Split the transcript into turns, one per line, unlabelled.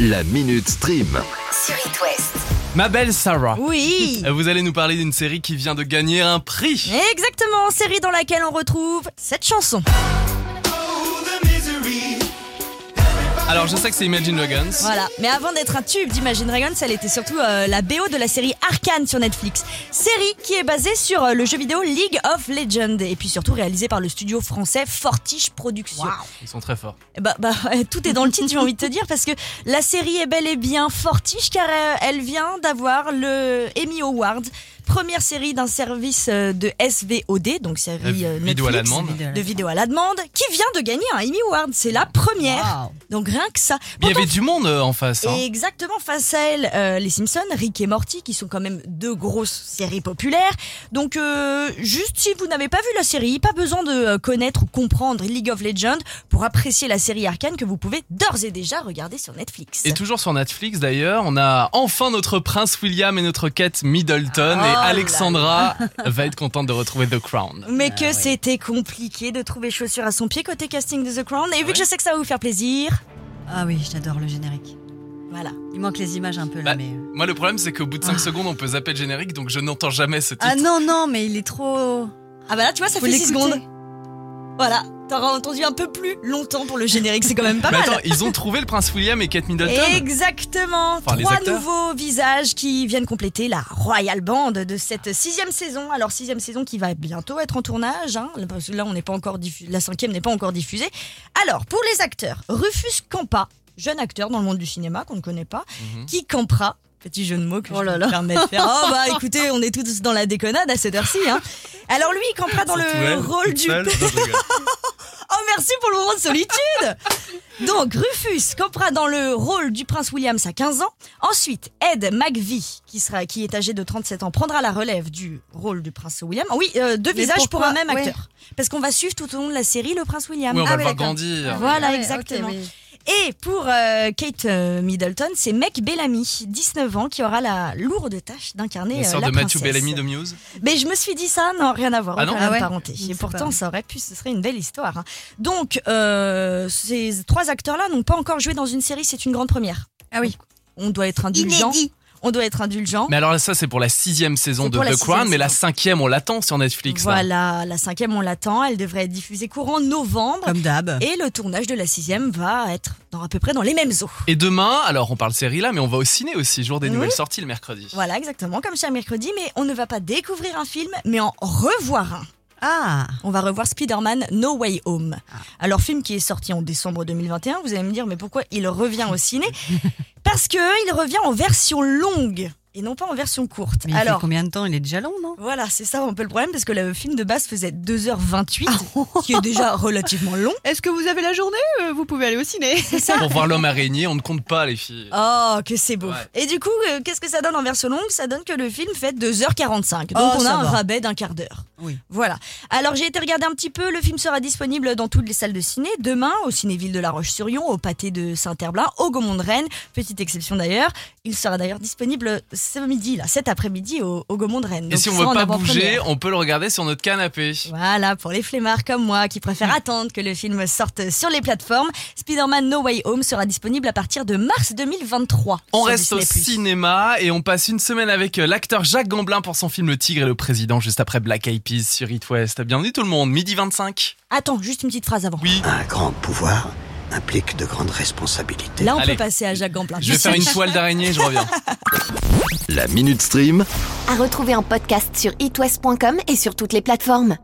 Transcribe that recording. La Minute Stream.
sur It West.
Ma belle Sarah, Euh,
Oui
vous allez nous parler d'une série qui vient de gagner un prix.
Exactement, série dans laquelle on retrouve cette chanson.
Alors je sais que c'est Imagine Dragons.
Voilà. Mais avant d'être un tube d'Imagine Dragons, elle était surtout euh, la BO de la série Arcane sur Netflix. Série qui est basée sur euh, le jeu vidéo League of Legends et puis surtout réalisée par le studio français Fortiche Productions.
Ils sont très forts.
Bah, bah, ouais, tout est dans le titre, j'ai envie de te dire, parce que la série est bel et bien fortiche car euh, elle vient d'avoir le Emmy Award, première série d'un service euh, de SVOD, donc série euh,
Vidéo à la
Netflix,
demande.
de vidéo à la demande, qui vient de gagner un Emmy Award. C'est la première. Donc rien que ça.
Il y
Pourtant,
avait du monde euh, en face. hein.
et exactement, face à elle, euh, les Simpsons, Rick et Morty, qui sont quand même deux grosses séries populaires. Donc, euh, juste si vous n'avez pas vu la série, pas besoin de euh, connaître ou comprendre League of Legends pour apprécier la série Arcane que vous pouvez d'ores et déjà regarder sur Netflix.
Et toujours sur Netflix d'ailleurs, on a enfin notre prince William et notre Kate Middleton
Oh
et
là
Alexandra va être contente de retrouver The Crown.
Mais que c'était compliqué de trouver chaussures à son pied côté casting de The Crown. Et vu
ouais
que je sais que ça va vous faire plaisir,
Ah oui, j'adore le générique.
voilà.
Il manque les images un peu
Bah,
là, mais. euh,
Moi le problème c'est qu'au bout de 5 secondes on peut zapper le générique donc je n'entends jamais ce titre.
Ah non, non, mais il est trop.
Ah bah là, tu vois, ça
Faut
fait 6
l'écouter.
secondes. Voilà, t'auras entendu un peu plus longtemps pour le générique, c'est quand même pas
Mais
mal.
attends, ils ont trouvé le prince William et Kate Middleton
Exactement.
Enfin, les
Trois
acteurs.
nouveaux visages qui viennent compléter la Royal Band de cette sixième saison. Alors sixième saison qui va bientôt être en tournage. hein, parce que là, on n'est pas encore diffu- La cinquième n'est pas encore diffusée. Alors pour les acteurs, Rufus Campa, jeune acteur dans le monde du cinéma qu'on ne connaît pas,
Mhm.
qui campera. Petit jeu de mots que
Oh
je
là
me
là.
permets de faire. Oh bah écoutez, on est tous dans la déconnade à cette heure-ci. hein. Alors lui, il campera dans
Surtout
le
elle,
rôle
toute
du
seule. Non, je rigole.
Oh, merci pour le moment de solitude Donc, Rufus campera dans le rôle du prince William à 15 ans. Ensuite, Ed McVie, qui, sera, qui est âgé de 37 ans, prendra la relève du rôle du prince William. Ah oui, euh, deux
Mais
visages pour
pourquoi
un même
Ouais.
acteur. Parce qu'on va suivre tout au long de la série le prince William.
Oui, on
Ah
va
ouais,
le voir
d'accord.
grandir.
Voilà,
Ah Ouais,
exactement.
ok, oui.
Et pour euh, Kate euh, Middleton, c'est Meg Bellamy, 19 ans, qui aura la lourde tâche
La
d'incarner euh,
sœur
la
de Matthew
princesse.
Bellamy de Muse.
Mais je me suis dit ça, non, rien à voir, hein,
Ah
aucun
non
lien
Ah
de
ouais
pareil.
Je sais
Et pourtant,
pas.
ça aurait pu, ce serait une belle histoire. hein. Donc, euh, ces trois acteurs-là n'ont pas encore joué dans une série, c'est une grande première.
Ah oui.
On doit être indulgent. On doit être indulgent.
Mais alors ça c'est pour la sixième saison
C'est
de
pour la
The Crown,
sixième
mais la
saison.
cinquième on l'attend sur Netflix. hein. là.
Voilà, la cinquième, on l'attend. Elle devrait être diffusée courant novembre.
Comme d'hab.
Et le tournage de la sixième va être dans à peu près dans les mêmes eaux.
Et demain, alors on parle série là, mais on va au ciné aussi, jour des
Oui.
nouvelles sorties le mercredi.
Voilà, exactement, comme chaque mercredi. Mais on ne va pas découvrir un film, mais en revoir un.
Ah
On va revoir Spider-Man No Way Home. Alors, film qui est sorti en décembre 2021, vous allez me dire, mais pourquoi il revient au ciné Parce que il revient en version longue et non pas en version courte.
Mais il fait
Alors,
combien de temps Il est déjà long, non
voilà, c'est ça un peu le problème, parce que le film de base faisait 2h28,
Ah.
qui est déjà relativement long.
Est-ce que vous avez la journée euh, Vous pouvez aller au ciné.
Pour voir l'homme araignée, on ne compte pas les filles.
Oh, que c'est beau.
Ouais.
Et du coup, euh, qu'est-ce que ça donne en version longue Ça donne que le film fait 2h45. Donc
Oh,
on a
ça
un
va.
rabais d'un quart d'heure.
Oui.
Voilà. Alors j'ai été regarder un petit peu, le film sera disponible dans toutes les salles de ciné demain au Cinéville de La Roche-sur-Yon, au Pâté de Saint-Herblain, au Gaumont de Rennes, petite exception d'ailleurs. Il sera d'ailleurs disponible ce midi là, cet après-midi au, au Gaumont de Rennes.
Et
Donc,
si on
ça,
veut
en
pas bouger,
avant-première.
on peut le regarder sur notre canapé.
Voilà, pour les flemmards comme moi qui
Hmm.
préfèrent attendre que le film sorte sur les plateformes, Spider-Man No Way Home sera disponible à partir de mars 2023.
On
sur
reste au
Disney+.
cinéma et on passe une semaine avec euh, l'acteur Jacques Gamblin pour son film Le Tigre et le Président, juste après Black Eyed Peas sur It West. Bienvenue tout le monde, midi 25.
Attends, juste une petite phrase avant.
Oui,
Un grand pouvoir implique de grandes responsabilités.
Là, on
Allez.
peut passer à Jacques Gamblin.
je vais faire une toile d'araignée, je reviens.
La Minute Stream.
À retrouver en podcast sur itwest.com et sur toutes les plateformes.